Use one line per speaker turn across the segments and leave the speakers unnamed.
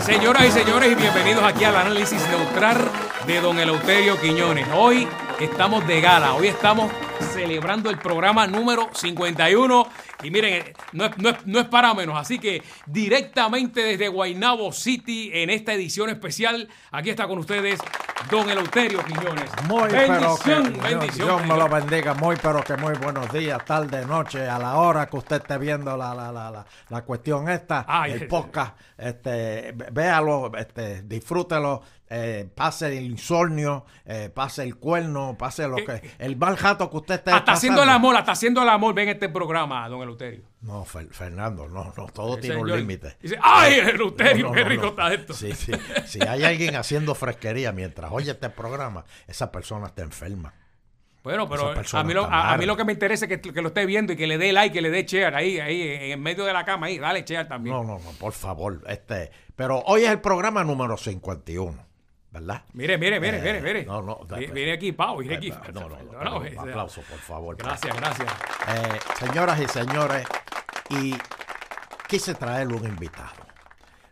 Señoras y señores, y bienvenidos aquí al análisis neutral de don Eleuterio Quiñones. Hoy estamos de gala, hoy estamos celebrando el programa número 51. Y miren, eh, no es, no es- no es para menos, así que directamente desde Guaynabo City, en esta edición especial, aquí está con ustedes don Eleuterio Quiñones.
Muy pero que
bendición,
Dios-
bendición.
Dios me
señor.
lo bendiga, muy pero que muy buenos días, tarde, noche, a la hora que usted esté viendo la, la, la, la, la cuestión esta,
Ay,
el
ese.
podcast, este, ve- véalo, este, disfrútelo, eh, pase el insomnio, eh, pase el cuerno, pase lo que, el mal jato que usted esté
Eh, Hasta haciendo el
pasando.
amor, hasta haciendo el amor, ven este programa, don Eleuterio.
No, Fer- Fernando, no, no, todo
Sí,
tiene un
señor.
límite.
Dice, ¡ay, Eleuterio,
No, no,
qué
no,
rico
no.
está esto!
Sí, sí. Si hay alguien haciendo fresquería mientras oye este programa, esa persona está enferma.
Bueno, pero
Esa persona
a mí, lo,
está
a, a
mal.
mí lo que me interesa es que, que lo esté viendo y que le dé like, que le dé share ahí, ahí, en el medio de la cama, ahí, dale share también.
No, no, no, por favor. Este, pero hoy es el programa número 51, ¿verdad?
Mire, mire, mire,
Eh,
mire, mire.
no, no, da-
Viene- Viene aquí, Pau, viene aquí.
Eh, No, no, no,
No,
pero
no,
un
o sea,
aplauso, por favor.
Gracias, gracias.
Eh, señoras y señores, y quise traer un invitado,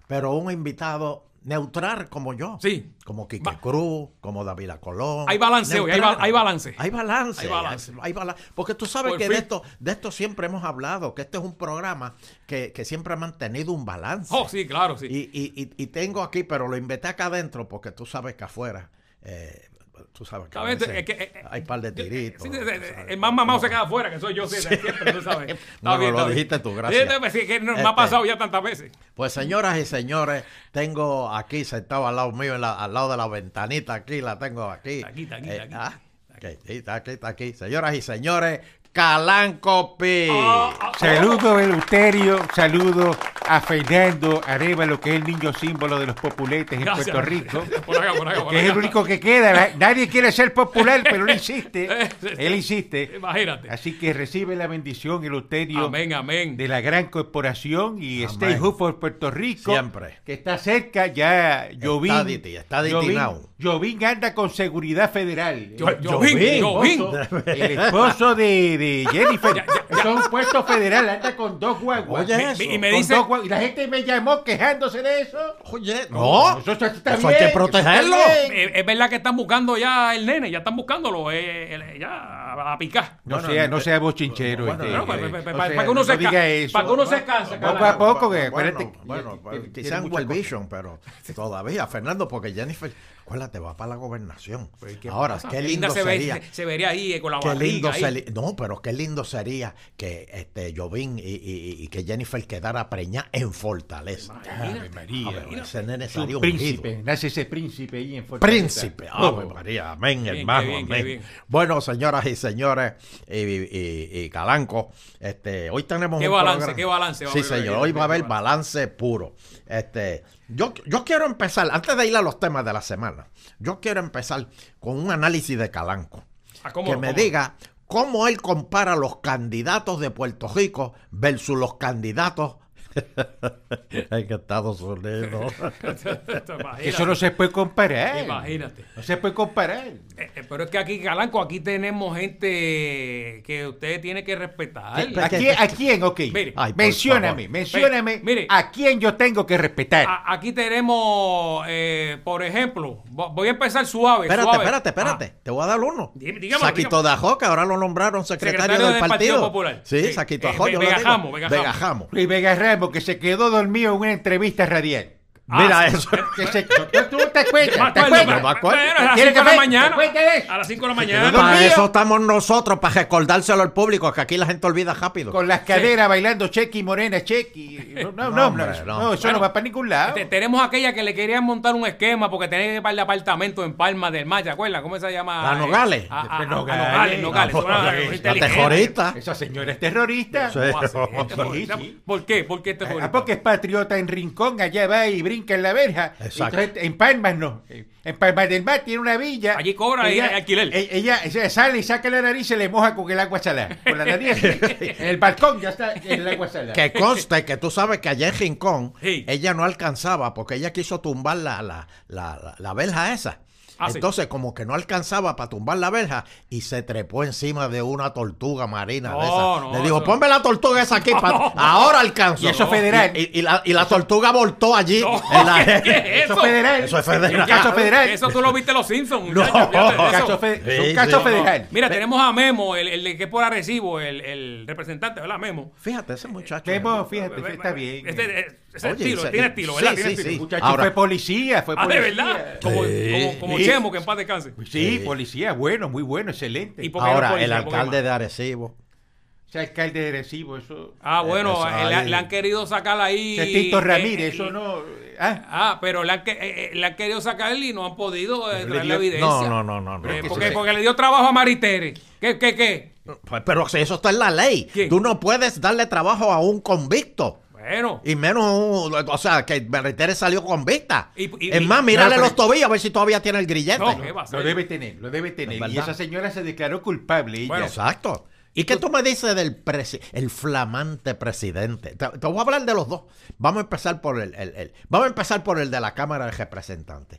pero un invitado neutral como yo.
Sí.
Como Quique
Va-
Cruz, como David Colón.
Hay balance hoy, hay ba-
Neutral.
hay balance.
Hay balance.
Hay
Hay
balance.
balance. Porque tú sabes
Por
que
fin.
de esto, de esto siempre hemos hablado, que este es un programa que, que siempre ha mantenido un balance.
Oh, sí, claro, sí.
Y, y- y- y tengo aquí, pero lo invité acá adentro porque tú sabes que afuera, eh, tú sabes que, a
A veces,
veces
es que, eh,
hay par de tiritos.
Sí, sí,
tú
sí,
sabes.
el más mamado se queda afuera, que soy yo, sí, siempre, tú sabes. Está
No, no,
bien,
lo
está bien.
dijiste tú, gracias.
Sí, no, pues, sí, que no, me ha
Este.
pasado ya tantas veces.
Pues señoras y señores, tengo aquí sentado al lado mío, en la- al lado de la ventanita aquí, la tengo aquí.
Está aquí, está aquí,
Eh,
está aquí.
ah, ok, sí, está aquí, está aquí. Señoras y señores, Calanco Pi.
Ah, ah,
Saludo Eleuterio, saludo a Fernando Arevalo, que es el niño símbolo de los populetes en
Gracias.
Puerto Rico,
Por acá, por acá, por
que es el
acá.
único que queda. ¿verdad? Nadie quiere ser popular, pero él insiste.
Eh, sí, sí.
Él insiste.
Imagínate.
Así que recibe la bendición, Eleuterio,
Amén, amén.
de la gran corporación y Stay Hoop for Puerto Rico.
Siempre.
Que está cerca, ya Jovín.
de ti, está de ti
Jovín-
now.
Jovín anda con seguridad federal.
Yo- yo
Jovín,
vin, yo vin.
El esposo de, de Jennifer.
Ya, ya, ya.
Eso es un puesto federal, anda con dos guaguas.
Oye,
Con
eso.
Y me dice,
dos guaguas. Y la gente me llamó quejándose de eso.
Oye, no.
Eso está- está
Eso hay que
bien,
protegerlo.
eso está bien.
Eh, es verdad que están buscando ya el nene, ya están buscándolo, eh, el- ya a, a picar.
No
Bueno,
sea,
no
no
te-
sea bochinchero.
bueno,
este,
no,
pa- pa- pa-
eh, o
pa-
sea,
pa- pa' que uno
no
se
diga
ca-
eso.
pa' que uno se canse,
Poco a poco, que acuérdate. que-
Bueno,
que- que-
quizás
que-
en World Vision, pero todavía, Fernando, porque Jennifer, acuérdate, va para la gobernación.
Pues,
Ahora, Ah, qué lindo
se, ve-
sería.
se- se vería ahí eh, con la
Qué
barriga.
lindo
ahí.
seri- no, pero qué lindo sería que este Jovín y, y- y que Jennifer quedara preñada en Fortaleza.
Ave
Ah,
María.
pero ese nene
Es un
salió
príncipe,
ungido.
nace ese príncipe ahí en Fortaleza.
Príncipe, ah, Ave
Oh.
María, amén,
Bien,
hermano,
qué bien, qué
amén.
bien.
Bueno, señoras y señores, y, y- y Calanco, este, hoy tenemos
Qué
un
balance,
programa-
qué balance va a
Sí,
haber hoy,
señor, hoy va a
qué
haber balance puro. Este, yo, yo quiero empezar, antes de ir a los temas de la semana, yo quiero empezar con un análisis de Calanco
Ah, ¿cómo
que
no,
me
cómo no?
diga cómo él compara los candidatos de Puerto Rico versus los candidatos en Estados Unidos.
Imagínate,
Eso no se puede comparar.
Imagínate.
No se puede comparar.
Eh, eh, pero es que aquí, Galanco, aquí tenemos gente que usted tiene que respetar.
Sí,
¿A
Porque-
quién, ¿A quién? Ok.
Mire.
Ay, por
mencióname,
favor.
mencióname
Mire, Ah. mire.
a quién yo tengo que respetar.
A- aquí tenemos, eh, por ejemplo, vo- voy a empezar suave.
espérate,
suave. Ah.
espérate, espérate. Te voy a dar uno.
Dí- dígamelo,
Saquito Dajó, que ahora lo nombraron secretario,
Secretario
del, Partido.
Popular.
Sí,
Sí.
Saquito
Eh,
Dajó.
Ve-
yo le digo,
Vegajamo, Vegajamo.
Vegajamo.
Luis Vega Ramos, que se quedó dormido en una entrevista radial.
Ah,
Mira
sí.
eso.
Que se, ¿tú, tú te
Yo Ah, me
cuentas? ¿Te
acuerdo,
Yo
pero-
me
acuerdas?
acuerdo.
pero a las
¿Quieres
5 de la
que me-
mañana.
te cuente de eso?
A las 5 de la
quedó
mañana.
dormido.
Para
mío.
eso estamos nosotros, para recordárselo al público, que aquí la gente olvida rápido.
Con las caderas bailando Chequi Morena, Chequi. No, no,
No,
no,
hombre,
no,
no.
no, eso
Bueno,
no va para ningún lado.
Te- tenemos aquella que le querían montar un esquema porque tenía que ir para el apartamento en Palma del Mar, ¿te acuerdas? ¿Cómo se llama?
A Nogales.
Eh, A, a- a- a Nogales,
Nogales.
Nogales.
Ah,
Son una-
Nogales.
inteligente.
pues, La tejorita.
Esa señora es terrorista.
Sí.
¿Cómo hace? Es terrorista.
Sí, sí.
este ¿Por qué? este ¿Por qué te
Ah, porque es patriota en Rincón, allá va y brinca en la verja.
Exacto.
Entonces, en Palmas no. eh, En Palmas del Mar tiene una villa.
Allí cobra
Ella-
el alquiler.
e- Ella, ella sale y saca la nariz y se le moja con el agua salada. Con la nariz. en el balcón ya está el agua salada.
Que conste que tú sabes que allá en Rincón
Sí.
ella no alcanzaba porque ella quiso tumbar la, la, la, la, la verja esa.
Ah, sí.
Entonces, como que no alcanzaba para tumbar la verja y se trepó encima de una tortuga marina. de
No,
esas.
no,
Le dijo,
eso-
ponme la tortuga esa aquí. pa- Ahora alcanzo.
Y eso es federal.
Y, y- y la, y la tortuga voltó allí.
No,
en
¿qué-
la-
qué es
Eso
eso?
es federal.
Eso es federal.
Cacho federal.
Eso tú lo viste en los Simpsons.
No.
muchacho, fíjate de eso.
Cacho fe-
Sí,
es un cacho
sí.
federal.
Mira, tenemos a Memo, el, el que es por Arecibo, el, el representante, ¿verdad, Memo?
Fíjate, ese muchacho.
Memo, fíjate, que está bien.
Este, es- es
Oye,
estilo,
sí,
tiene estilo,
sí,
¿verdad?
sí,
tiene
sí.
estilo.
Muchacho
Ahora-
fue policía, fue
Ah, de
policía.
verdad. Como,
Sí.
como, como
Sí.
Chemo, que en paz descanse.
Sí,
Sí.
policía, bueno, muy bueno, excelente.
Y po- porque
Ahora,
era policía,
el
porque
alcalde
más.
de Arecibo.
O sea, alcalde de Recibo, eso.
Ah, bueno,
Eso,
eh, le,
ahí.
le han querido sacar ahí.
Ese Tito
eh,
Ramírez,
eh,
eso no. Ah,
Ah, pero le han, que- eh, eh, le han querido sacar y no han podido eh,
Pero le
traer la
dio-
evidencia.
No, no, no, no. no.
Eh,
que
porque,
sí, sí.
porque le dio trabajo a Maritere. ¿Qué, qué, qué?
Pues, Pero si eso está en la ley.
¿Quién?
Tú no puedes darle trabajo a un convicto.
Bueno.
Y menos, un- o sea, que Berretere salió convicta.
Y- y-
es
y-
más, mírale
Claro,
los
pero-
tobillos a ver si todavía tiene el grillete.
No, ¿qué va a
lo
ser?
debe tener, lo debe
Es
tener.
verdad.
Y esa señora se declaró culpable. Ella.
Bueno,
Exacto. ¿Y qué tú me dices del presi- el flamante presidente? Te, te voy a hablar de los dos. Vamos a empezar por el, el- el- Vamos a empezar por el de la Cámara de Representantes.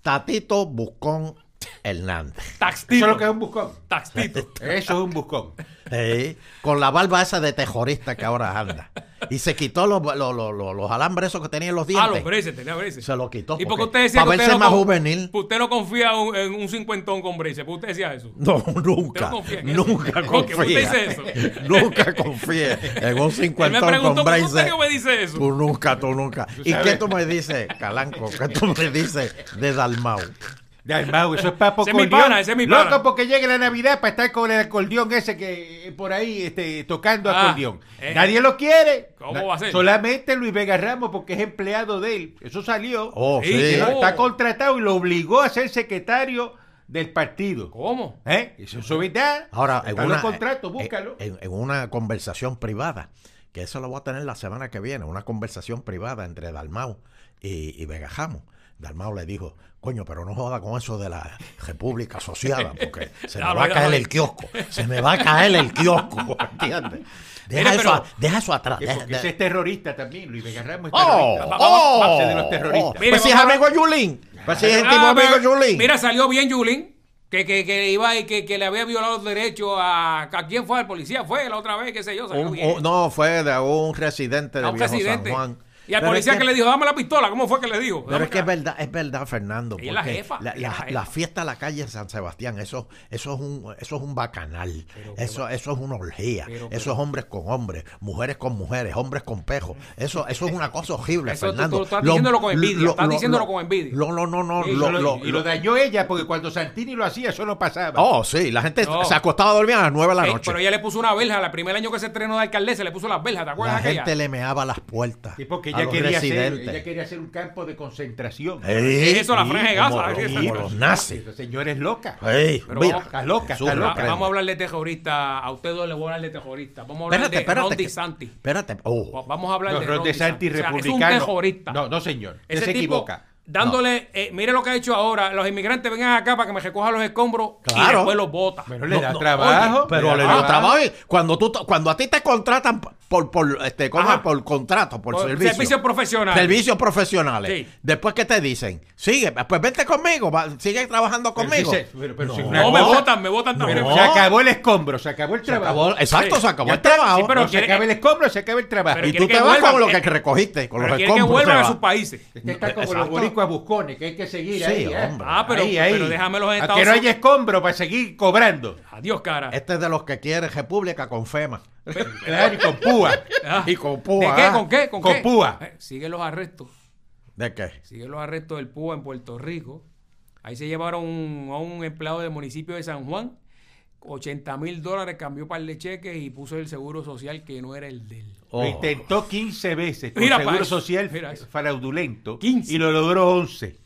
Tatito Buscón Hernández.
Taxtito.
eso es lo que es un buscón.
Taxtito.
Eso es un buscón.
Sí, con la barba esa de terrorista que ahora anda. Y se quitó los, los, los- los- los alambres esos que tenía en los
Ah,
dientes.
los breces, tenía breces.
Se lo quitó.
¿Y por qué
porque-
usted decía
para
que usted
verse
no
más
con-
juvenil.
Usted no confía un- en un cincuentón con breces. ¿Por qué usted decía eso?
No,
Usted
nunca.
no confía en eso.
Nunca
¿Por qué usted
confía.
dice
Nunca confía en un
Él me
cincuentón
preguntó,
con
¿por qué usted
braces.
no me dice eso?
Tú nunca, tú nunca. ¿Y
sabes.
qué tú me dices, Calanco? ¿Qué tú me dices de Dalmau?
Dalmau, eso es papo
Ese es mi
acordeón.
pana, ese es mi pana.
Loco porque llegue la Navidad para estar con el acordeón ese que eh, por ahí este, tocando
Ah,
acordeón.
eh.
Nadie lo quiere.
¿Cómo
Na-
va a ser?
Solamente Luis Vega Ramos porque es empleado de él. Eso salió.
Oh,
Sí,
sí.
que no-
Está contratado y lo obligó a ser secretario del partido.
¿Cómo?
¿Eh? Eso es verdad.
Ahora, eh,
Está en los contratos, búscalo.
En, en una conversación privada, que eso lo voy a tener la semana que viene, una conversación privada entre Dalmau y, y Vega Jamo. Dalmau le dijo, coño, pero no joda con eso de la República Asociada, porque se me
Dale,
va a caer
dale.
el kiosco, se me va a caer el kiosco, ¿entiendes? Deja,
Mira,
eso, a-
pero-
deja eso atrás.
Que
deja-
porque
de-
ese es terrorista también, Luis Vega Ramos es
¡Oh!
terrorista.
¡Oh!
Parte de los terroristas.
oh.
Mire,
Pues si es
vamos a-
amigo Yulín. Pues si es
Ah,
íntimo amigo
pero-
Yulín.
Mira, salió bien Yulín. Que, que, que iba y que, que le había violado los derechos a, a quién fue al policía, fue la otra vez, qué sé yo, salió
Un-
bien.
un- no, fue de un residente de
a un
Viejo
presidente.
San Juan.
Y al
Pero
policía
es
que, le dijo, dame la pistola, ¿cómo fue que le dijo?
Pero
Dame
es que
la-
es verdad, es verdad, Fernando.
Ella es la
porque
jefa,
La,
ella es la
la-
jefa.
la fiesta a la calle en San Sebastián, eso, eso, es, un, eso es un bacanal. Eso, eso es una orgía.
Pero-
eso es hombres con hombres, mujeres con mujeres, hombres con pejos. Eso, eso es una cosa horrible,
Eso tú-
Fernando.
tú estás
Lo-
diciéndolo con envidia,
lo-
estás
lo-
diciéndolo
lo-
con envidia.
No, no, no, no.
Sí,
lo-
y, lo,
lo-
y lo dañó ella porque cuando Santini lo hacía, eso no pasaba.
Oh, sí, la gente
No.
se acostaba a dormir a las 9 de la
Ey,
noche.
Eh, pero ella le puso una verja, el primer año que se estrenó de alcaldesa le puso las verjas, ¿te acuerdas?
La
aquella?
gente le meaba las puertas.
Sí, porque
a
ella
los
quería, hacer,
residentes. Eh.
ella quería hacer un campo de concentración.
Ey,
Eso, la
sí,
franja de Gaza,
como
ahí
los-
está.
Como los nazis.
Esa señora es loca.
Ey,
Pero
mira,
vamos-
Está loca,
Jesús,
está loca.
Va-
reprenda.
Vamos a hablar de terrorista, a ustedes dos les voy a hablar de terrorista. Vamos a hablar
Espérate,
de
espérate.
Ron
que-
DeSantis.
Espérate. oh.
Va- Vamos a hablar
No,
de
Ron DeSantis
DeSantis. O sea,
republicano.
es un terrorista.
No, no, señor. Usted
Ese
se
tipo
equivoca.
Dándole, eh, mire lo que ha hecho ahora, los inmigrantes vengan acá para que me recojan los escombros y
Claro.
después los bota.
Bueno, le
No,
da
no,
trabajo.
oye, pero le
da
da Ah, trabajo. y Cuando, tú, cuando a ti te contratan por, por, este, ¿cómo
Ajá.
es? por contrato, por,
Por
servicio.
servicios profesionales.
Servicios profesionales.
Sí.
Después que te dicen, sigue, pues vente conmigo, va, sigue trabajando
Pero
conmigo.
dice- pero- pero si una
No, me
cosa-
votan, me votan también.
No.
Se acabó el escombro, se acabó el
Se
trabajo.
acabó- exacto,
Sí.
se acabó
Ya
el
está,
trabajo.
sí, pero-
No, se
quiere
acaba
que-
el escombro, se acaba el trabajo.
Pero
y
quiere
tú
que
te vas
vuelvan,
con lo
eh,
que recogiste, con los
Pero quieren que
escombros.
vuelvan
te
a
vas.
sus países.
Usted está como los
Exacto.
boricuas buscones, que hay que seguir
Sí,
ahí. ¿eh?
hombre.
Ah, pero- pero déjamelo en
A
Estados
Que no
Unidos.
haya escombro para seguir cobrando.
Adiós, cara.
Este es de los que quiere República con FEMA.
Claro, y con púa.
Ah.
Y con púa,
¿De qué?
ah.
¿Con qué? ¿Con,
Con
qué?
púa.
Eh, Sigue los arrestos.
¿De qué?
Sigue los arrestos del PUA en Puerto Rico. Ahí se llevaron un- a un empleado del municipio de San Juan. 80 mil dólares, cambió par de cheques y puso el seguro social que no era el de él.
Oh.
Lo intentó 15 veces con
Mira pa'
seguro
eso,
social
mira eso.
fraudulento
15.
y lo logró 11.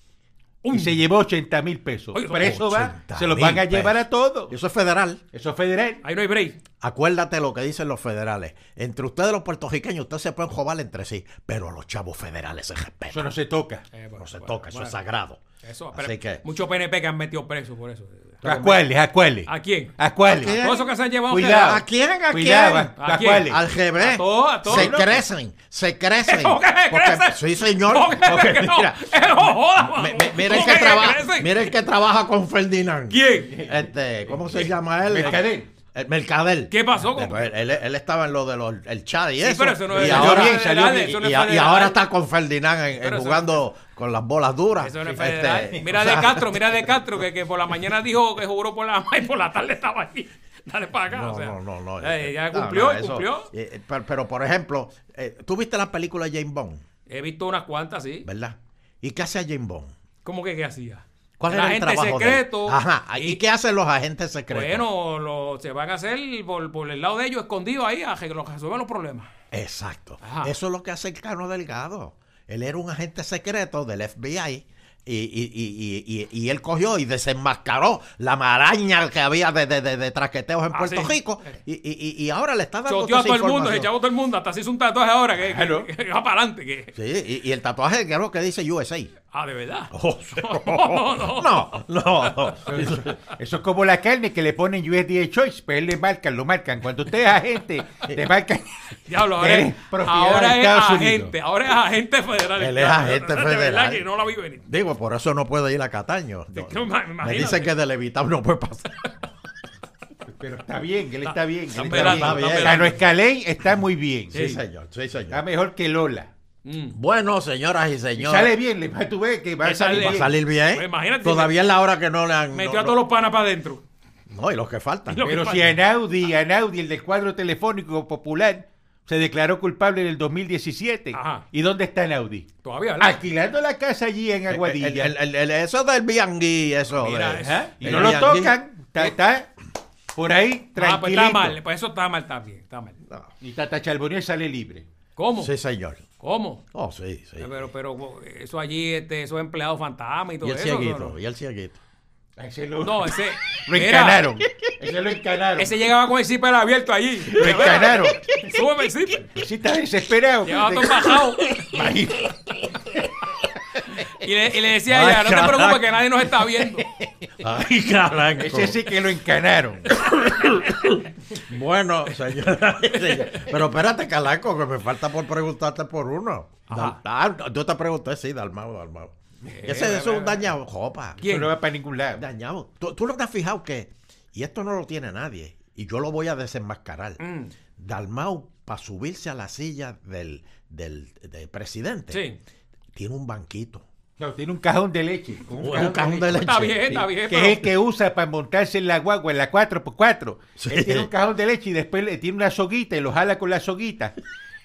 Un-
Y se llevó 80 mil pesos.
Oye,
Para eso va,
80
se los
mil
van a llevar
pesos.
a todos.
Oh. Eso es federal.
Eso es federal.
Ahí no hay break.
Acuérdate lo que dicen los federales. Entre ustedes los puertorriqueños, ustedes se pueden jobar entre sí, pero los chavos federales se respetan.
Eso no se toca.
Eh, bueno,
no se
bueno,
toca, eso
bueno.
es sagrado.
Eso,
Así
pero
que,
Muchos PNP que han metido preso por eso.
Acuele, acuele.
¿A quién?
Acuele.
Todos esos que se han llevado
Cuidado.
¿A quién? ¿A
Cuidado,
quién?
¿A quién?
acuele.
Al jebré.
A todo- a todo,
se
¿no?
crecen, se crecen.
¿Cómo que se
Porque-
crecen?
Sí, señor.
¿Cómo que
Porque
no?
mira,
Eh, no jodas,
mi- mi- mira el
¿cómo
que
que
trabaja,
crecen?
mira el que trabaja con Ferdinand.
¿Quién?
Este, ¿cómo se llama él?
Mercader.
El Mercader.
¿Qué pasó con-
Pero Él, él- él estaba en lo del los el chat y
Sí,
eso.
pero eso no es
y
eso no
ahora,
es
bien, salió
federal,
bien.
eso no
y-
es
y
federal.
ahora está con Ferdinand en- en
Pero eso-
jugando con las bolas duras.
Eso no es
Este,
federal. mira
o sea,
de Castro, mira de Castro, que, que por la mañana dijo que juró por la y por la tarde estaba allí. Dale para acá.
No,
o sea,
no, no, no.
eh, ya
No, no,
cumplió,
eso-
cumplió.
eh, eh, pero, pero, por ejemplo, eh, tú viste la película James Bond,
He visto unas cuantas, sí.
¿verdad? ¿Y qué hace James Bond?
¿Cómo que qué hacía?
¿Cuál
era
era el trabajo de él?
secreto.
Ajá. ¿Y, qué hacen los agentes secretos?
Bueno, lo- se van a hacer por, por el lado de ellos, escondidos ahí, a que los resuelvan los problemas.
Exacto.
Ajá.
Eso es lo que hace el Cano Delgado. Él era un agente secreto del FBI. Y, y- y- y- y- y él cogió y desenmascaró la maraña que había de, de- de- de traqueteos en
Ah,
Puerto
sí.
Rico. Y, y- y- y ahora le está dando
Choteó a
toda
todo
esa
el mundo, se
información.
echó todo el mundo, hasta se hizo un tatuaje ahora que, que-
Claro.
que va para adelante. Que...
Sí, y, y el tatuaje creo que dice USA.
Ah, de verdad.
Oh, no, no, no.
Eso es como la carne que le ponen USDA Choice, pero él le marcan, lo marcan. Cuando usted es agente, le marcan.
Diablo, ahora,
Eres
es-
propiedad
ahora
de
es
Estados
agente,
Unidos.
ahora es agente federal.
Él es agente
De verdad
federal.
que no la vi venir.
Digo, por eso no puede ir a Cataño. No,
que me
no. Me
imagínate.
dicen que de Levitown no puede pasar.
Pero está bien, él está bien.
Están
Él está
velando,
bien.
está velando.
Cano Escalén está muy bien.
Sí.
Sí, señor, sí,
Está
señor.
mejor que Lola.
Mm.
Bueno, señoras y
Y
señores.
sale bien, le va- tú ves que va
Le
a salir
sale-
Va a
bien.
salir bien.
Pues imagínate,
Todavía es la hora que no le han.
Metió
no,
a todos los panas para adentro.
no, no, y los que faltan.
Y los-
Pero si Anaudi, Anaudi, el del cuadro telefónico popular, se declaró culpable en el 2017.
Ajá. Eh,
¿Y dónde está Anaudi?
Todavía, ¿verdad? Ah,
Alquilando la casa allí en Aguadilla.
El- el- el- el- eso del Biangui, eso.
Mira,
de- ¿eh?
eso.
Ajá. Y
el
no lo
Biangui.
tocan. Está, está por ahí
Ah, pues está
tranquilito.
mal, pues eso está mal también, está mal.
No.
Y Tata Charbonnier sale libre.
¿Cómo?
Sí, señor.
¿Cómo?
Oh, sí, sí.
Pero, pero eso allí, este, esos empleados fantasma y todo
Y el
eso. ¿no?
cieguito, y el cieguito.
A ese lo,
No, ese.
lo
mira,
encanaron. Ese lo encanaron.
ese llegaba con el zipper abierto allí.
Lo encanaron.
Súbeme el zipper.
Sí, está desesperado.
Llegaba todo bajado.
Imagínate.
Y le, y le decía
Ay,
a ella, no te
carajo.
preocupes que nadie nos está viendo.
Ay, carajo.
Ese sí que lo encanaron.
Bueno, señora. Pero espérate, Calaco, que me falta por preguntarte por uno.
Ajá.
Dal- ah, yo te pregunté, sí, Dalmau, Dalmau. Ese es un dañado, jopa.
¿Quién?
Eso no va para ningún lado.
Dañado. ¿Tú, tú no te has fijado que, y esto no lo tiene nadie, y yo lo voy a desenmascarar.
Mm.
Dalmau, para subirse a la silla del, del, del presidente,
Sí.
tiene un banquito.
No, tiene un cajón de leche. con
Un, cajón de leche.
Está bien, está bien.
que
pero-
este
es el que usa para montarse en la guagua, en la 4x4.
Sí.
Él tiene un cajón de leche y después le tiene una soguita y lo jala con la soguita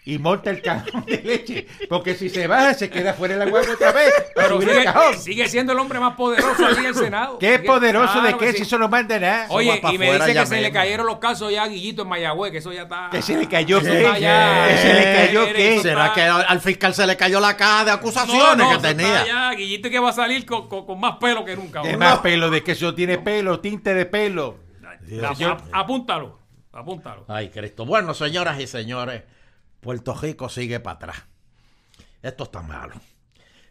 y monta el cajón de leche. Porque si se baja, se queda fuera de la guagua otra vez. para
Pero
subir el
sigue,
cajón.
sigue siendo el hombre más poderoso allí en el Senado.
Qué
Sigue-
poderoso
Claro
de que es,
sí.
eso no manda nada.
Oye,
va pa'
y me
afuera
dice que
ya
se le
mismo.
cayeron los casos ya a Guillito en Mayagüez, que eso ya está.
Que se le cayó,
Eso
¿qué?
está ya-
Que se le cayó,
Eh,
¿qué?
eso
¿Será
está-
que al al fiscal se le cayó la caja de
No, no,
acusaciones que
eso está
tenía?
ya, Guillito que va a salir con, con- con más pelo que nunca.
De
¿no?
más pelo, de que eso tiene pelo, tinte de pelo.
A-
Dios
a- apúntalo, apúntalo.
Ay, Cristo. Bueno, señoras y señores, Puerto Rico sigue para atrás. Esto está malo.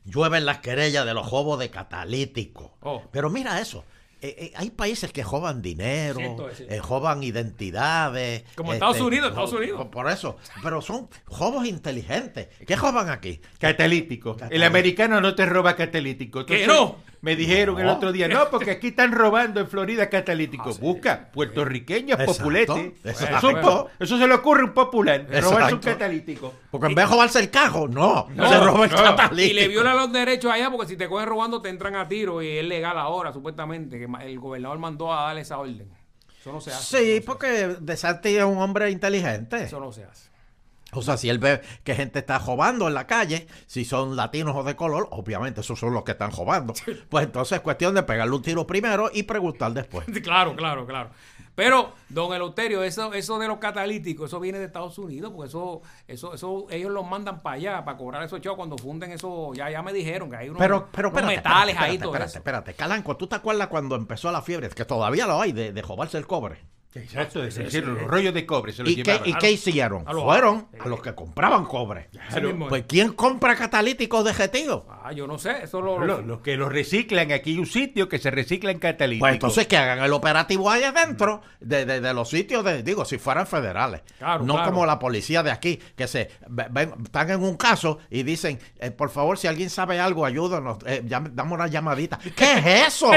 Llueven las querellas de los jobos de catalítico.
Oh.
Pero mira eso. eh, eh, hay países que joban dinero,
Cierto, es cierto.
eh, joban identidades. este,
Como Estados Unidos, Estados
jo-
Unidos.
Por eso. Pero son jobos inteligentes. ¿Qué joban aquí?
Catalítico. El americano no te roba catalítico.
¿Que no?
Me dijeron el
No. Ah,
otro día, no, porque aquí están robando en Florida catalítico. Busca puertorriqueños
Exacto.
populetes.
Exacto.
Eso, es un po- eso se le ocurre a un popular, robarse un
Exacto.
catalítico.
Porque en vez de jobarse el cajo, no.
No,
se roba el
no.
catalítico.
Y le viola los derechos allá porque si te cogen robando te entran a tiro y es legal ahora, supuestamente, que ma- el gobernador mandó a darle esa orden. Eso no se hace.
Sí,
eso no se
porque De Santi es un hombre inteligente.
hace, Eso no se hace.
O sea, si él ve que gente está jobando en la calle, si son latinos o de color, obviamente esos son los que están jobando. Pues entonces es cuestión de pegarle un tiro primero y preguntar después.
Sí, Claro, claro, claro. Pero, don Eleuterio, eso, eso de los catalíticos, eso viene de Estados Unidos, porque eso, eso, eso, ellos los mandan para allá, para cobrar esos chavos cuando funden eso, ya, ya me dijeron que hay unos,
Pero, pero,
unos
espérate,
metales
espérate,
ahí, todo
espérate,
eso.
espérate, espérate. Calanco, ¿tú te acuerdas cuando empezó la fiebre? Que todavía lo hay, de, de jobarse el cobre.
Exacto, es decir, los rollos de cobre se los
¿Y qué,
llevaban.
y qué hicieron?
A los-
Fueron a los que compraban cobre.
Así mismo es.
Pues ¿quién compra catalíticos de jetío?
Ah, yo no sé, eso lo...
Los, los que los reciclan, aquí hay un sitio que se recicla en catalítico.
Pues entonces que hagan el operativo ahí adentro de, de- de los sitios, de, digo, si fueran federales.
Claro,
no
claro.
como la policía de aquí, que se ve- ven- están en un caso y dicen, eh, por favor, si alguien sabe algo, ayúdanos, eh, llam- dame una llamadita. ¿Qué es eso?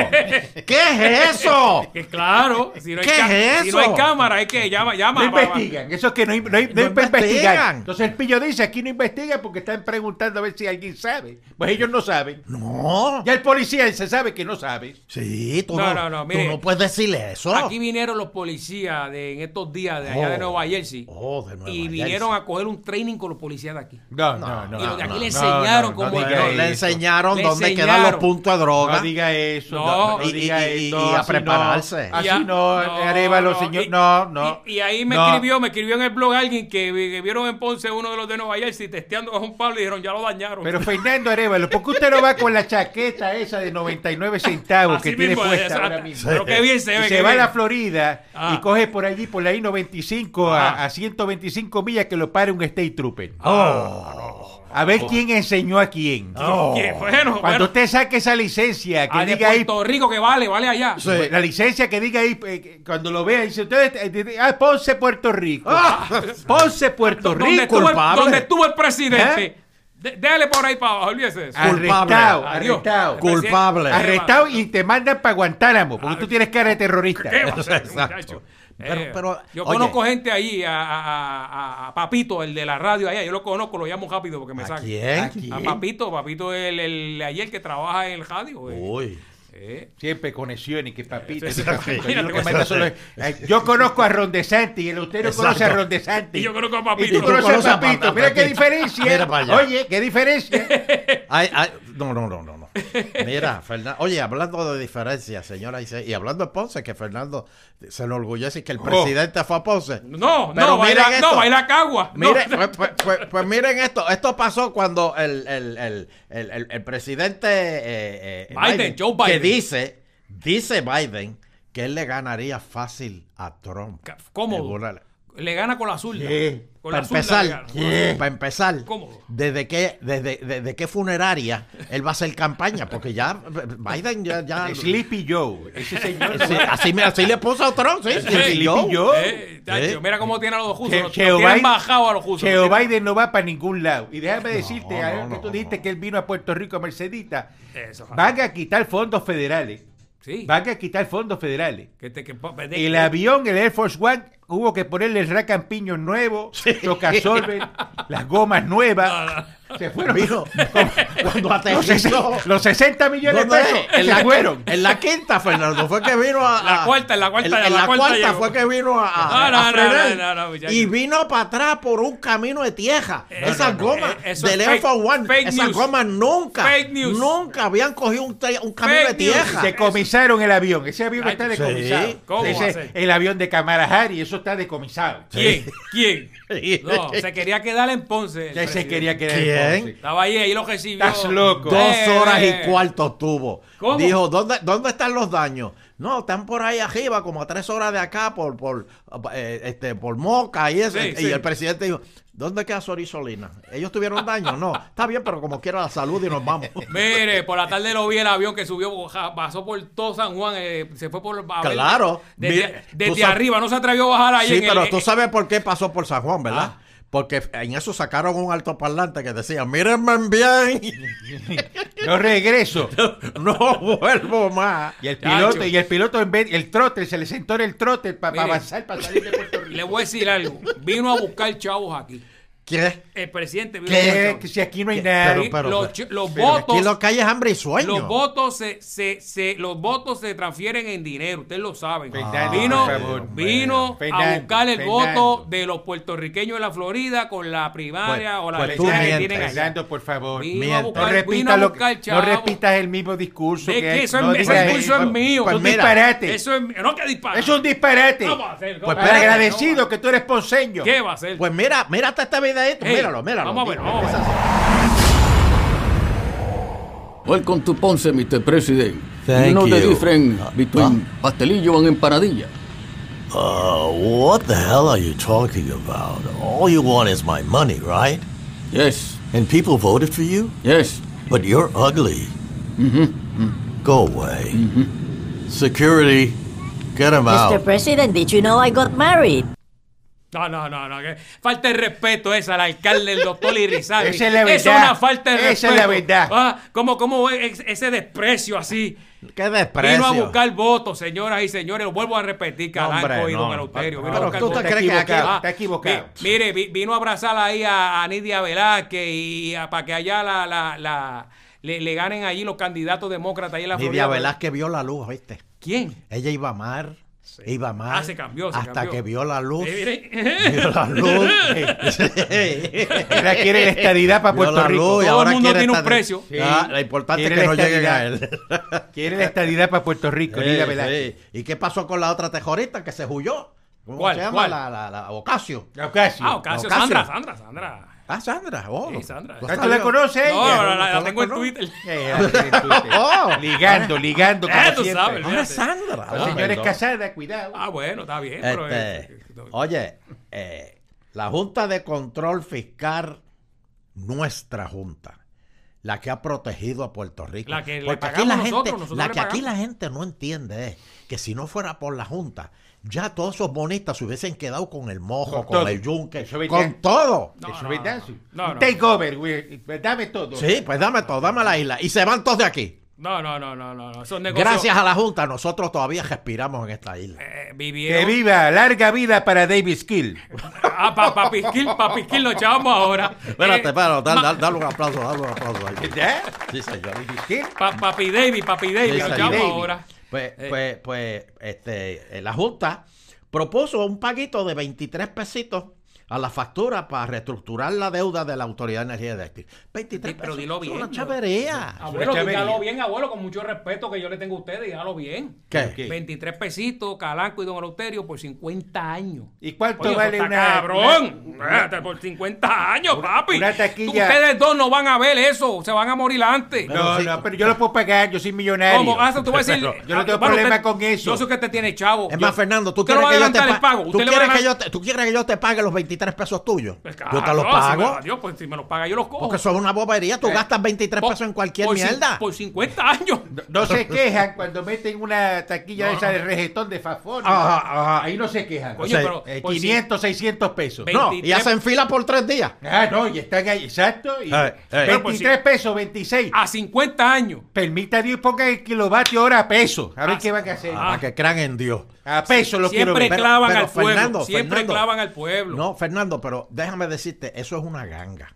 ¿Qué es eso?
Que claro, si no, hay
¿Qué
ca-
es
si no hay
eso?
cámara, es que llama, llama.
No
va- va-
investigan, eso es que no, hay- no hay- no
No
hay para investigar.
investigan.
Entonces el pillo dice, aquí no investigan porque están preguntando a ver si alguien sabe. Pues ellos no saben.
No.
Ya el policía se sabe que no sabe.
Sí, tú
No, no,
no,
no,
tú
mire.
no puedes decirle eso.
Aquí vinieron los policías de, en estos días de allá de
Oh.
Nueva Jersey.
Oh, de Nueva
y
Jersey.
vinieron a coger un training con los policías de aquí.
No, no,
no,
no.
y los de aquí
le
no,
enseñaron
no, no
cómo-
diga
No, le
eso.
enseñaron
Le
dónde quedan
enseñaron.
los puntos de droga.
No diga eso.
No.
No, no
Y- y-
diga
y- y
eso,
a
así
prepararse.
No, así
Ya-
no, Arevalo, señor.
y-
no, no.
Y, y ahí me
No.
escribió, me escribió en el blog alguien que, vi- que vieron en Ponce uno de los de Nueva Jersey testeando con un Pablo y dijeron, ya lo dañaron.
Pero Fernando Arevalo, ¿por qué usted no va con la chaqueta esa de 99 centavos
Así
que tiene
mismo es,
puesta
esa-
ahora mismo?
Pero qué bien
Y
se ve.
se
qué
va a
bien.
la Florida
Ah.
y coge por allí, por la I-95
Ah.
a, a 125 millas que lo pare un state trooper.
Ah,
Oh.
A ver quién enseñó a quién.
Oh.
Qué Ah. bueno,
Cuando
bueno.
usted saque esa licencia que
Ah, de
diga ahí,
Puerto Rico que vale, vale allá.
Sí.
la licencia que diga ahí, eh, que- cuando lo vea, dice ustedes, eh, de- de- ah, Ponce, Puerto Rico.
Ah.
Ponce, Puerto
donde,
Rico.
estuvo el,
culpable.
donde estuvo el presidente.
¿Eh?
De- déjale por ahí para abajo, olvídese de eso.
Ah, culpable.
Arrestado,
Adiós.
arrestado.
Presidente,
Culpable.
¿qué va?
Arrestado y te mandan para Guantánamo, porque
Ah,
tú tienes cara de terrorista.
¿Qué va a hacer,
Exacto.
muchacho?
Pero-
Eh,
pero,
yo
oye.
conozco gente allí, a, a- a- a Papito, el de la radio allá, yo lo conozco, lo llamo rápido porque me
¿A
saca.
quién?
Aquí.
A Papito, Papito el, el de ayer que trabaja en el radio. eh.
Uy.
Eh.
Siempre conexiones, que papito.
Sí, sí,
que papito.
sí.
Yo, lo que manda solo es- ay, yo conozco a Rondesanti y el usted
Exacto.
conoce a Rondesanti.
Y yo conozco a Papito.
Y tú
Y tú
conoces
conoces
a
a pa-
Papito.
a
Mira qué
Papito. Mira para allá.
diferencia. Oye, qué diferencia.
Ay, ay, no, no, no, no, no. Mira, Fernando, oye, hablando de diferencias, señora, Ise- y hablando de Ponce, que Fernando se enorgullece que el presidente fue a Ponce.
Oh. No,
Pero
no, baila,
miren
no,
esto.
baila cagua. No.
Miren, pues, pues- pues- pues miren esto, esto pasó cuando el, el- el- el- el- el presidente eh, eh,
Biden, Joe Biden.
que dice, dice Biden que él le ganaría fácil a Trump.
Ca- cómodo.
En una-
Le gana con la zurda.
¿Qué?
Con
Para
la zurda le
empezar,
gana.
¿qué? para empezar,
Cómodo.
desde qué, desde, desde qué funeraria él va a hacer campaña, porque ya Biden ya, ya
Sleepy Joe. Ese señor.
Sí, así, me- así le puso a Trump, sí, sí,
Sí,
sí, yo.
y yo.
Eh, tacho,
¿Eh?
Mira cómo tiene a los dos
Che-
justos. Los,
Cheo
los tienen
Biden-
bajado a los justos.
Cheo
Los tienen-
Biden no va para ningún lado. Y déjame decirte,
no,
algo que tú
no,
dijiste
no.
que él vino a Puerto Rico a Mercedita.
Eso, ojalá.
Van a quitar fondos federales.
Sí.
Van a quitar fondos federales.
Que te- que pa- de-
El avión, el Air Force One, hubo que ponerle el racampiño nuevo, chocasolver, las gomas nuevas. Se fueron.
Mijo, cuando
Los,
aterrizó.
ses- los 60 millones de
¿Dónde es?
pesos
En
se
la,
fueron.
en la quinta, Fernando, fue que vino a.
La
a-
cuarta, en la cuarta,
en,
en
en
la
la
cuarta
cuarta,
llegó.
fue que vino a. a-
No, no,
a frenar.
no, no, no, muchacho.
y vino para atrás por un camino de tierra.
Eh,
esas
no, no,
gomas
eh, eso
del
es
Air
fake-
Force One,
fake
esas
news.
gomas nunca,
Fake news.
nunca habían cogido un, tra- un camino
Fake
de
news.
tierra.
Se comisaron el avión. Ese avión
Ay,
está
sí.
decomisado.
¿Cómo va a ser?
Ese, el avión de Kamarajari, eso está decomisado.
¿Quién? ¿Quién? No, se quería quedar en Ponce. el
Ya se
presidente.
quería quedar
¿Quién?
en Ponce.
Estaba ahí, ahí lo recibió.
Estás loco.
Dos
Eh,
horas
eh.
y cuarto tuvo.
¿Cómo?
Dijo, ¿dónde, ¿dónde están los daños? No, están por ahí arriba, como a tres horas de acá, por por eh, este por Moca y eso.
Sí,
y
sí.
el presidente dijo, ¿dónde queda Sorisolina? Ellos tuvieron daño, no. Está bien, pero como quiera la salud y nos vamos.
Mire, por la tarde lo vi el avión que subió, ja- pasó por todo San Juan, eh, se fue por... a ver,
Claro.
Desde,
Mire,
desde
tú sabes-
arriba, no se atrevió a bajar ahí.
Sí,
en el-
pero
eh,
tú sabes por qué pasó por San Juan, ¿verdad?
Ah.
Porque en eso sacaron un altoparlante que decía, mírenme bien,
Yo regreso.
no vuelvo más.
Y el
Chacho.
piloto, y el piloto en vez, el trote, se le sentó en el trote para
Mire.
avanzar, para salir de Puerto Rico.
eh, Le voy a decir algo. Vino a buscar chavos aquí.
¿Qué?
El presidente vino a buscar
¿Qué?
chavos.
Que Si aquí no hay
¿Qué?
nada.
Pero- pero-
los ch- los
pero Aquí
votos-
lo que hay es hambre y sueño.
Los votos se, se, se, los votos se transfieren en dinero, ustedes lo saben.
Fernando,
vino
por favor.
vino a
Fernando,
buscar el
Fernando.
voto de los puertorriqueños de la Florida con la primaria
Pues-
o la
pues tú
elección que
mientes.
tienen allá.
Fernando, por favor.
Vino a
mientes.
buscar, vino
No
a
repitas, lo,
buscar
no
chavos.
repitas el mismo discurso.
Es
que
que
hay.
eso es-
No
ese
digas
discurso
eso.
es mío.
Es
Pues
un
mira,
disparate.
Eso es, no que dispara.
Es un disparate.
¿Cómo va a ser? ¿Cómo
Pues
va a ser?
espera,
Agradecido que tú eres ponceño.
¿Qué va a hacer?
Pues mira, mira hasta este videito,
Ey,
míralo, míralo.
Vamos a ver, vamos a ver.
Welcome to Ponce, Mr. President.
Thank
you know the
you. Ah,
difference between pastelillo and empanadilla.
Uh, what the hell are you talking about? All you want is my money, right?
Yes,
And people voted for you?
yes.
But you're ugly.
Mm-hmm.
Go away. Security, get him
Este
Mr.
out.
President, did you know I got married?
No, no, no, no. que falta de respeto esa al alcalde, el doctor Irizarry.
Esa es la
Eso es
verdad.
una falta de
Esa es
respeto.
la verdad.
Ah, ¿Cómo, cómo es ese desprecio así?
Qué desprecio.
Vino a buscar votos, señoras y señores. Lo vuelvo a repetir, Calanco
hombre,
y
no.
don Eleuterio. Vino a
Pero
buscar
tú te
votos.
crees que aquí-
equivocado,
Ah,
está equivocado.
vi- mire, vi- vino a abrazar ahí a, a Nidia Velázquez y a- para que allá la, la- la- le, le ganen allí los candidatos demócratas ahí en la
Nidia
Florida.
Velázquez vio la luz, ¿viste?
¿Quién?
Ella iba a mar, iba a mar.
Ah, se cambió, se
hasta
cambió.
que vio la luz.
Eh,
Vio
mire.
la luz.
Ahora quiere la estadidad para
Vio la
Puerto Rico.
luz y
Todo el
ahora
mundo
quiere
tiene un
estar-
precio.
Ah,
Sí.
lo importante es
Quiere
que
la
no lleguen a
estadidad.
él.
Quiere la estadidad para Puerto Rico, Nidia
Sí,
Velázquez.
sí. ¿Y qué pasó con la otra tejorita que se huyó? ¿Cómo
¿Cuál,
se llama?
cuál?
La, la, la Ocasio.
Ocasio.
Ah, Ocasio.
Ocasio.
Sandra, Sandra, Sandra.
Ah, Sandra. Oh,
Sí, Sandra.
¿Tú
¿Ah, ¿Tú la conoces?
No, la-
ella?
la,
¿Tú
la
la
tengo en
conoces?
Twitter.
Eh, ahora tiene Twitter.
Oh.
ligando, ligando, como
Eh, tú
siempre.
sabes,
Ahora Ah, es
fíjate.
Sandra.
La
Oh,
señora es
perdón.
casada, cuidado.
Ah, bueno, está bien. Ah, Pero,
Este,
eh,
oye, eh, la Junta de Control Fiscal, nuestra Junta, la que ha protegido a Puerto Rico.
La que le
Porque aquí
pagamos
la
nosotros,
gente-
nosotros
La
le
que aquí la
pagamos.
gente no entiende es que si no fuera por la Junta, ya todos esos bonitas se hubiesen quedado con el mojo,
Con
con,
todo.
el yunque,
Eso es
con
verdad.
todo.
No,
Eso
no,
es verdad.
no,
sí.
no,
Un
no.
takeover, güey. Dame todo.
Sí, pues dame todo, dame la isla. Y se van todos de aquí.
no, no, no, no, no, no. Esos negocios.
Gracias a la Junta, nosotros todavía respiramos en esta isla.
eh,
Que
vivieron.
viva, larga vida para David Skill.
Ah, pa, pa Pisquil, pa Pisquil lo echamos ahora.
Espérate,
Eh,
espérate,
ma-
dale, un aplauso, dale un aplauso. ahí.
¿Verdad?
Sí, señor.
David Skill.
pa- papi David, papi
Sí,
David, lo
señor.
echamos
David.
ahora.
Pues,
Eh.
pues, pues, este, eh, la Junta propuso un paguito de 23 pesitos a la factura para reestructurar la deuda de la Autoridad de Energía Eléctrica. 23
Sí, pero dilo
es
bien,
Una
¿no?
chavería.
Abuelo,
Chavería.
dígalo bien, abuelo, con mucho respeto que yo le tengo a ustedes, dígalo bien.
¿Qué?
¿Qué?
23 pesitos, Calanco y Don Eleuterio por 50 años.
¿Y cuánto
Oye, eso
vale
está
una-
cabrón?
una-
Espérate, por 50 años, papi.
una taquilla.
Ustedes dos no van a ver eso, se van a morir antes.
No, no, pero yo lo puedo pagar, yo soy millonario.
¿Cómo? Ah, eso tú vas a decir.
Pero yo no tengo
Bueno,
problema
usted-
con eso.
Yo sé que usted tiene chavo.
Es
Yo-
más, Fernando, tú
usted
quieres
no va a
que yo te
adelantar el
pa-
pago.
¿Tú
Usted le va a
quieres que
adelantar-
yo te- tú quieres que yo te pague los 23 pesos tuyos?
Pues,
yo te los
cabrón, si me
pago.
Dios, pues si me los paga, yo los cojo.
Porque eso es una bobería. Tú gastas 23
Eh, Por-
pesos en cualquier
por cin-
mierda.
Por 50 años.
No, no se quejan cuando meten una taquilla de esa de regetón de Fafón.
Ajá, ajá.
Ahí no se quejan.
Coño,
sea,
pero. pues,
Eh,
por cin-
500, 600 pesos.
Ve-
No,
23
y hacen fila por tres días.
Ah, no, y están ahí, exacto. y-
Eh, eh.
pues
23 pesos, 26.
A 50 años.
Permita Dios ponga el kilovatio hora a peso. A ver
Ah,
qué van a hacer.
Ah.
Para que crean en Dios.
A peso lo quiero
Siempre
ver.
Pero-
clavan
pero
al pueblo.
Fernando,
siempre
Fernando.
clavan al pueblo.
No, Fernando, pero déjame decirte, eso es una ganga.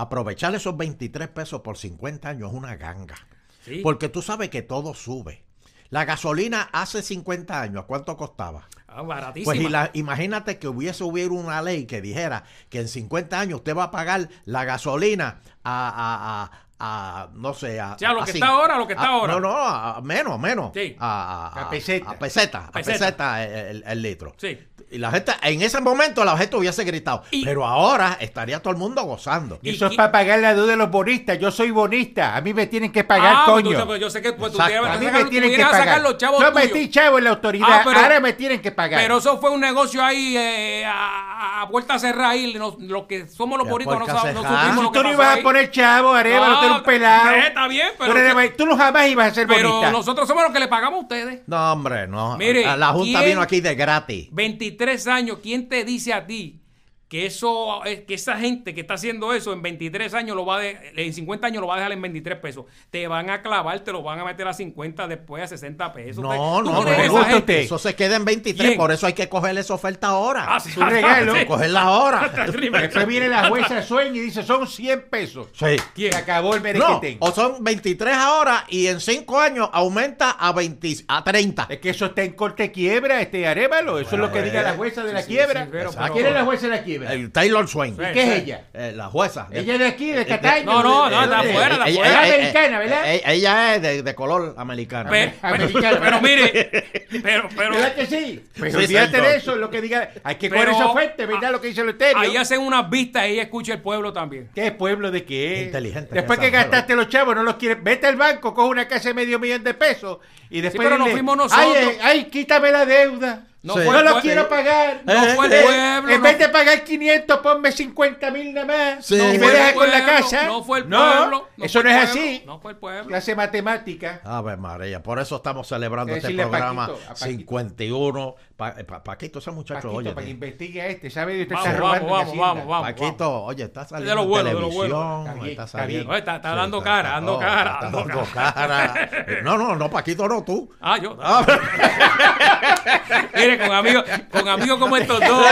Aprovechar esos 23 pesos por 50 años es una ganga.
Sí.
Porque tú sabes que todo sube. La gasolina hace 50 años, ¿cuánto costaba?
Ah, baratísima.
Pues y la- imagínate que hubiese hubiera una ley que dijera que en 50 años usted va a pagar la gasolina a, a- a- a, no sé, a...
Ya, lo
a
que
cinco-
está ahora, lo que está
a-
ahora.
No, no, a- a menos, menos.
Sí.
A,
A peseta.
A peseta, a
Peseta.
peseta el, el litro.
Sí.
Y la gente, en ese momento la gente hubiese gritado,
Y-
pero ahora estaría todo el mundo gozando.
Y eso
¿Y
es
qué-
para pagar la deuda de los bonistas. Yo soy bonista. A mí me tienen que pagar,
Ah, pues tú
coño.
te- pues yo sé que pues, tú
Exacto.
te vas
a
a
mí
sacar-
me
tú
tienen que
ibas a
pagar.
sacar los chavos
Yo
tuyos.
metí chavo en la autoridad.
Ah, pero-
ahora me tienen que pagar.
Pero eso fue un negocio ahí eh, a, a puerta cerrada. Y no- los que somos los
Ya,
boricuas no,
puerta
sab- no
cerrada.
supimos lo
Ah, tú
que
no
pasó
ibas
ahí.
a poner chavo, Arevalo, tú eres un pelado.
eh, está bien, pero-
Tú, no eres- tú no jamás ibas a ser
Pero
bonita.
nosotros somos los que le pagamos a ustedes.
No, hombre, no.
Mire,
A la Junta
¿quién-
vino aquí de gratis.
23 años, ¿quién te dice a ti que eso eh, que esa gente que está haciendo eso en 23 años lo va a de- en 50 años lo va a dejar en 23 pesos? Te van a clavar, te lo van a meter a 50, después a 60 pesos. Te-
No,
¿tú
no,
crees
no,
que esa
no,
gusta
gente-
usted.
Eso se queda en 23,
¿Quién?
por eso hay que coger esa oferta ahora.
Ah, sí,
Tu regalo.
sí.
Cogerla ahora.
Después viene la jueza sueña y dice, son 100 pesos.
Sí.
¿Quién?
Se acabó el
No,
merequetén.
o son 23 ahora y en 5 años aumenta a 20, a 30.
Es que eso está en corte quiebra, este Arevalo. Eso
Bueno,
es lo que
eh.
diga la jueza de la
sí,
quiebra.
sí, pero-
Exacto. ¿Quién es la jueza de la quiebra?
El Taylor Swain.
Sí.
¿Qué es ella?
Eh, la jueza. Eh,
Ella es de aquí, de Cataño.
no, no, no,
¿De
está
dónde?
afuera, está
ella-
afuera.
ella-
Es americana, ¿verdad?
Ella, ella es de, de color americano.
Pe- pero,
Americano,
pero
¿verdad?
mire, pero, pero
¿Verdad que sí? Pues
Sí,
olvídate
señor.
de eso, lo que diga. Hay que
Pero-
coger esa fuente, ¿verdad? Lo que dice el Euterio.
ahí hacen unas vistas y ahí escucha el pueblo también.
¿Qué pueblo de qué?
Inteligente,
Después
esa
que
mujer.
gastaste los chavos, no los quieres. Vete al banco, coge una casa de medio millón de pesos y después.
pero nos
dile,
fuimos nosotros.
Ay, eh, ay, quítame la deuda.
No
Sí.
fue
No
el
lo
pue-
quiero pagar.
No fue el
Eh,
pueblo.
en
no
vez de pagar 500, ponme 50 mil nada más.
Sí.
Y
No
me
fue el
dejas con la
pueblo,
casa.
No fue el
No,
pueblo. no
eso
fue el
no es
pueblo,
así.
No fue el pueblo.
Clase matemática.
Ave María, por eso estamos celebrando este
Decirle a
programa
Paquito, a Paquito.
51. Pa- eh, pa- Paquito, ese muchacho,
Paquito,
oye.
para que
Paquito,
investigue a este, ¿sabe? Usted
Vamos,
está
vamos,
robando en
vamos,
Hacienda.
vamos, vamos.
oye, está saliendo
de lo bueno,
en
de lo bueno.
televisión,
Está bien,
está
está
saliendo-
bien. Está- está dando cara, dando
oh,
cara,
está
dando
dando cara. No, no, no, Paquito, no, tú.
Ah, yo.
Ah,
Mire, con amigos, con amigos como estos dos.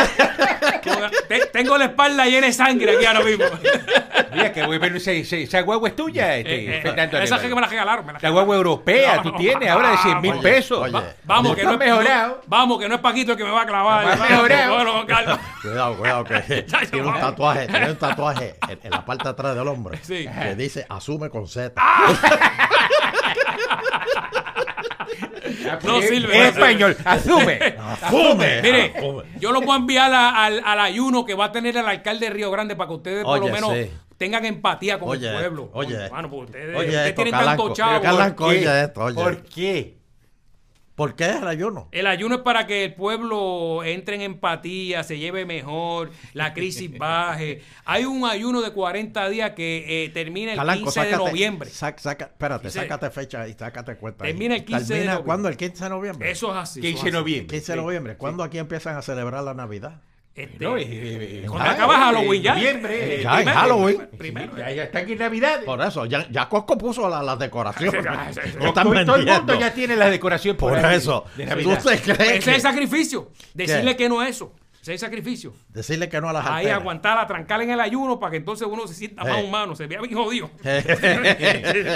con- te- tengo la espalda llena de sangre aquí ahora mismo.
Mira, que voy a ver, ese- ese- esa guagua es tuya,
Eh,
este,
eh,
Fernando
esa
Arevalo.
que me la regalaron. me la
La guagua europea,
No,
tú
no,
tienes ahora de 100 mil
oye,
pesos.
oye,
Va-
Vamos, que no,
Está mejorado.
no- vamos, que no es Paquito el que me va a clavar.
Está
¿verdad?
mejorado.
Bueno, calma.
Cuidado, cuidado, que
Chacho,
tiene un
vamos.
tatuaje, tiene un tatuaje en, en la parte de atrás del hombre
Sí. Ah,
que dice asume con Z.
No sirve, no
Es- Es
sirve.
español, asume.
¡Asume!
Mire,
¡Asume!
yo lo voy a enviar a- al, al ayuno que va a tener el alcalde de Río Grande para que ustedes por lo
Oye,
menos
sí.
tengan empatía con
Oye,
el pueblo.
oye.
Coño, mano, pues ustedes,
Oye,
ustedes
esto,
tienen
Calanco,
tanto chavo.
mira, Calanco.
¿Por qué?
Oye, esto, oye.
¿Por qué?
¿Por qué el ayuno?
El ayuno es para que el pueblo entre en empatía, se lleve mejor, la crisis baje. Hay un ayuno de 40 días que eh, termina el 15 de noviembre.
sac- saca- espérate,
Quince-
sácate fecha y sácate cuenta.
Termina el 15 de
Termina,
noviembre.
¿Cuándo? ¿El 15 de noviembre?
Eso es así.
15
eso es
de
así.
El
noviembre.
15 de noviembre. ¿Cuándo aquí empiezan a celebrar la Navidad?
Este,
No, eh, eh, eh,
cuando
ah,
acaba
eh,
Halloween ya.
noviembre, eh,
Ya, en
primero,
Halloween.
Primero.
Ya, ya está aquí en Navidad.
Por eso, ya, ya Costco puso la- las decoraciones.
Todo-
Están
todo el
vendiendo.
mundo ya tiene la decoración
Por
ahí
eso,
de
¿tú
Navidad.
te crees
Ese es el
que
sacrificio. Decirle que no es eso. Ese es el sacrificio.
decirle que no a las
Ahí
alteras?
aguantar, atrancar en el ayuno para que entonces uno se sienta más
Eh.
humano, se vea bien jodido.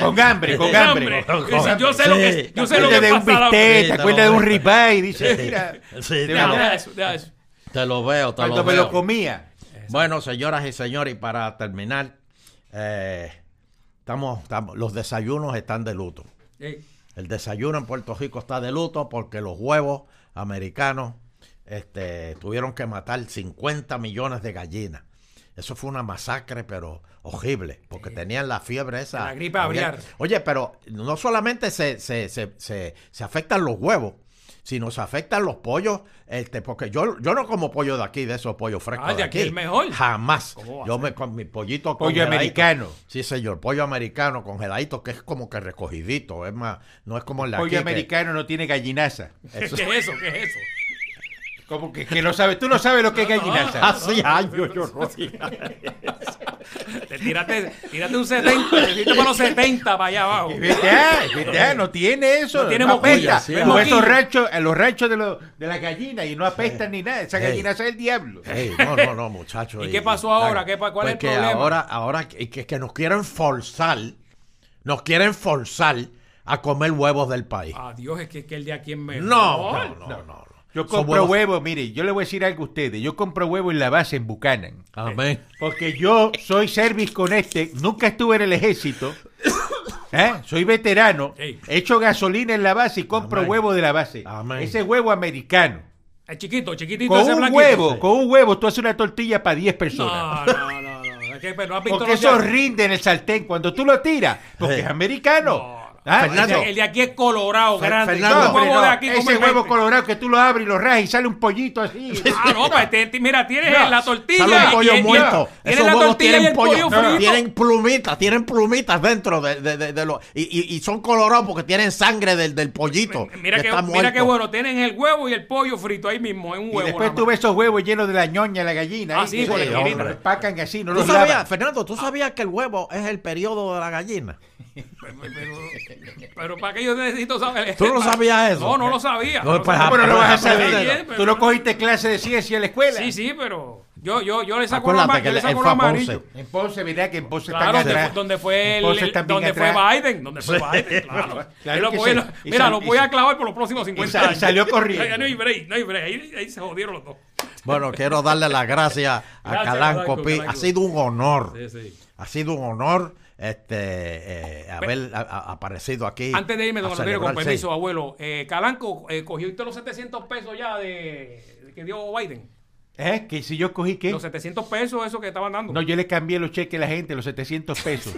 Con hambre, con hambre.
Con hambre.
Con
Dice, Yo sé lo que,
Sí.
yo
Te
sé lo que
acuerdas de un
pasará.
bistec, te
Sí, te
acuerdas de
lo
un
veo.
ribeye. y Dice,
Sí.
mira,
Sí,
de
te
Deja,
lo-
verdad,
deja eso, deja eso.
Te lo veo, te
cuando
lo
me lo
veo.
comía.
Bueno, señoras y señores, y para terminar, eh, estamos, estamos, los desayunos están de luto.
Eh,
El desayuno en Puerto Rico está de luto porque los huevos americanos este, tuvieron que matar 50 millones de gallinas. Eso fue una masacre, pero horrible, porque tenían la fiebre esa.
La gripe aviar.
Oye, pero no solamente se, se, se, se, se afectan los huevos, sino se afectan los pollos, este, porque yo, yo no como pollo de aquí, de esos pollos frescos.
Ah, de aquí el mejor.
Jamás.
¿Cómo va a
Yo me con mi pollito
Pollo
congeladito.
americano.
Sí, señor, pollo americano congeladito, que es como que recogidito, es más, no es como el de aquí.
Pollo
que-
americano no tiene gallinaza.
¿Qué es eso? ¿Qué es eso?
Como que, que no sabes, tú no sabes lo que es gallinaza.
Hace años yo no
Te tírate, tírate un 70, te tírate para los 70 para allá abajo.
Y Vete, ah, vete, ah, no tiene eso.
No tiene
apesta.
moquilla,
sí,
Tú
ah.
ves esos
moquilla.
ranchos, a los ranchos de, los- de las gallinas y no apestan ni nada. Esa
Sí.
gallinaza es el diablo.
Ey, no, no, no, muchachos.
¿Y qué pasó ahora? ¿Qué pa- cuál es el problema?
Pues ahora, ahora que, que- que nos quieren forzar, nos quieren forzar a comer huevos del país.
Adiós, es que, que el de aquí es mejor.
no, no, no, no, no.
Yo
Son
compro
huevos-
huevos, mire, yo le voy a decir algo a ustedes. Yo compro huevos en la base en Buchanan.
Amén.
Porque yo soy service connected, nunca estuve en el ejército. ¿eh? Soy veterano,
Ey.
echo gasolina en la base y compro
Amén.
huevo de la base.
Amén.
Ese huevo americano.
Es chiquito, chiquitito
Con
ese
un
blanquito.
huevo, con un huevo tú haces una tortilla para 10 personas.
No, no, no, no. Es que pero no has visto
Porque
los
eso
de-
rinde en el sartén cuando tú lo tiras, porque
Sí.
es americano.
No, El
Ah,
de-
Fernando.
El de aquí es colorado,
Fer-
grande.
Fernando.
Yo
no,
el
hombre,
huevo
no.
de aquí
ese
come
huevo
20.
colorado que tú lo abres y lo rajas y sale un pollito así.
Ah, no, pues te- te- mira, tienes
No,
la tortilla.
Sale un
y-
pollo
y-
muerto.
Tienes
Esos
eh, la
huevos
tortilla y
tienen
el pollo
pollo-
frito.
Tienen plumitas, tienen plumitas dentro de, de- de- de los. Y, y- y son colorados porque tienen sangre del, del pollito.
Mira
que
que,
está
mira que
muerto.
bueno, tienen el huevo y el pollo frito ahí mismo, en un
Y
huevo.
después
nada
tú
más.
ves esos huevos llenos de la ñoña, la gallina.
Ah,
ahí,
sí,
que
con
se-
el
lo
hombre.
empacan así, no
¿Tú
los
sabías,
lavan.
Fernando, tú sabías que el huevo es el periodo de la gallina?
Pero, pero para qué yo necesito saber
¿Tú no sabías eso?
No, no lo sabía.
No, pues,
sabía.
¿Cómo no lo vas a
Está
saber?
bien, pero-
Tú no cogiste clase de ciencia en la escuela.
Sí, sí, pero yo, yo, yo le saco lo
Acuérdate
ama-
que
yo le
él
saco
fue
lo
a
amarillo.
Ponce.
En Ponce, mirá que en Ponce
Claro,
están
donde,
atrás.
fue- donde fue,
En
el,
Ponce
el-
están bien
donde fue
atrás.
Biden. Donde fue Biden, claro.
Claro
Yo lo
que
voy-
sí.
lo-
Y
mira,
sal-
lo
y
voy a
sal-
clavar por los próximos 50
sal-
años.
salió corriendo.
Ay, No hay break, no hay break. Ahí, ahí se jodieron los dos.
Bueno, quiero darle las gracias a
Gracias,
Calanco
Calanco,
Pi.
Calanco.
Ha sido un honor.
Sí, sí.
Ha sido un honor este eh, haber a- a- aparecido aquí.
Antes de irme, don
a
Eleuterio, con
celebrar,
permiso,
sí.
abuelo. eh, Calanco, eh, ¿cogió usted los 700 pesos ya de, de que dio Biden?
¿Eh? ¿Que si yo cogí qué?
Los 700 pesos, eso que estaban dando.
No, yo le cambié los cheques a la gente, los 700 pesos.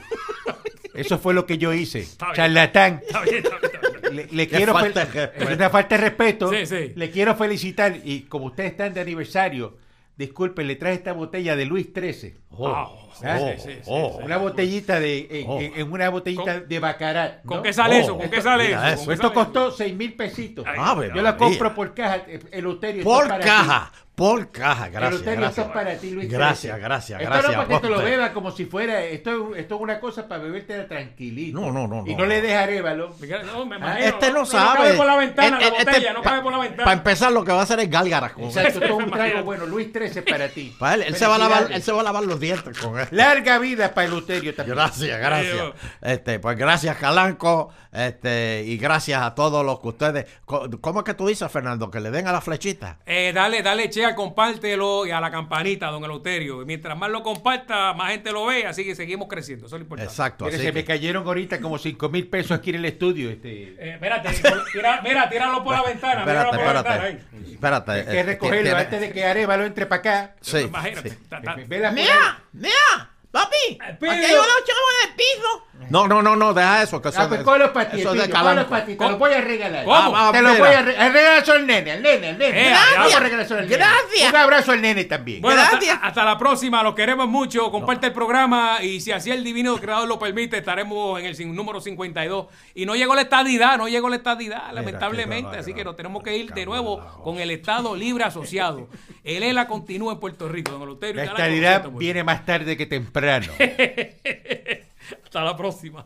Eso fue lo que yo hice.
bien.
Charlatán.
Está bien, está bien, está bien.
le, le quiero
falta
fel-
de respeto.
es una falta de respeto.
Sí, sí.
Le quiero felicitar. Y como ustedes están de aniversario, disculpen, le traje esta botella de Luis Ah, XIII.
Oh, sí,
oh,
sí, sí,
oh.
sí, sí.
Una botellita de. En,
Oh.
en- en una botellita
Con-
de Bacarat.
¿Con
¿no?
qué sale
Oh,
eso? ¿Con qué sale eso?
mira eso.
¿Con qué
Esto
sale
costó seis mil pesitos.
Ave
Yo la
María.
compro por caja. eh, El uterio.
Ah, Por caja, por caja, gracias.
el uterio
gracias.
esto es para ti, Luis.
Gracias,
XIII.
gracias,
Esto
gracias.
no es para que te lo
Walter.
bebas como si fuera. Esto, es- esto es una cosa para bebértela tranquilito.
No, no, no,
Y
no.
no, le des arévalo.
eso? No, me
Ah,
imagino,
Este no sabe.
No cabe por la ventana
Este-
la
este-
botella, no cabe
pa-
por la ventana.
Para empezar, lo que va a hacer es gálgaras con
Exacto, esto es un
Imagínate.
trago bueno. Luis XIII es para ti.
Para él, él se va a lavar,
Felicidades.
él se va a lavar los dientes con esto.
Larga vida para el uterio también.
Gracias, gracias.
Adiós.
Este, pues gracias, Calanco, este, y gracias a todos los que ustedes. co- ¿Cómo es que tú dices, Fernando? Que le den a la flechita.
Eh, dale, dale, chea, compártelo y a la campanita, don Eleuterio. Y mientras más lo comparta, más gente lo ve, así que seguimos creciendo. Eso es lo importante.
Exacto.
Mire,
así
se
que-
me cayeron ahorita como cinco mil pesos aquí en el estudio. Este.
Eh, espérate, col- tira, mira, tíralo por la ventana.
espérate,
míralo por la
espérate.
ventana.
Espérate.
Hay que
eh,
recogerlo
tiene-
antes de que Arevalo entre para acá.
Sí,
ahí. Imagínate.
sí.
ta- ta-
Ve la
¡Mira! ¡Mira! ¡Papi!
Pido.
¡Aquí hay unos chavos en el piso!
No, no, no, no, deja eso. Que eso,
Ah, pues con los
eso es de pues.
patitos, con los
Calanco.
patitos. Te lo voy a regalar.
¿Cómo?
Ah, ah,
Te lo
mira.
voy a regalar. Regalazo al nene, al nene, al nene.
Eh,
Vamos a
gracias.
regalarse al nene.
Gracias.
Un abrazo al nene también.
Bueno, hasta,
Gracias.
hasta la próxima, los queremos mucho. Comparte el programa y si así el divino creador lo permite, estaremos en el sin- número 52. Y no llegó la estadidad, no llegó la estadidad, lamentablemente.
qué
así que nos
bárbaro,
tenemos que ir de
cabrón,
nuevo
la
con el Estado Libre Asociado. El ELA continúa en Puerto Rico, don Eleuterio.
La
y Calanco, lo
estabilidad
siento mucho.
viene más tarde que temprano.
Hasta la próxima.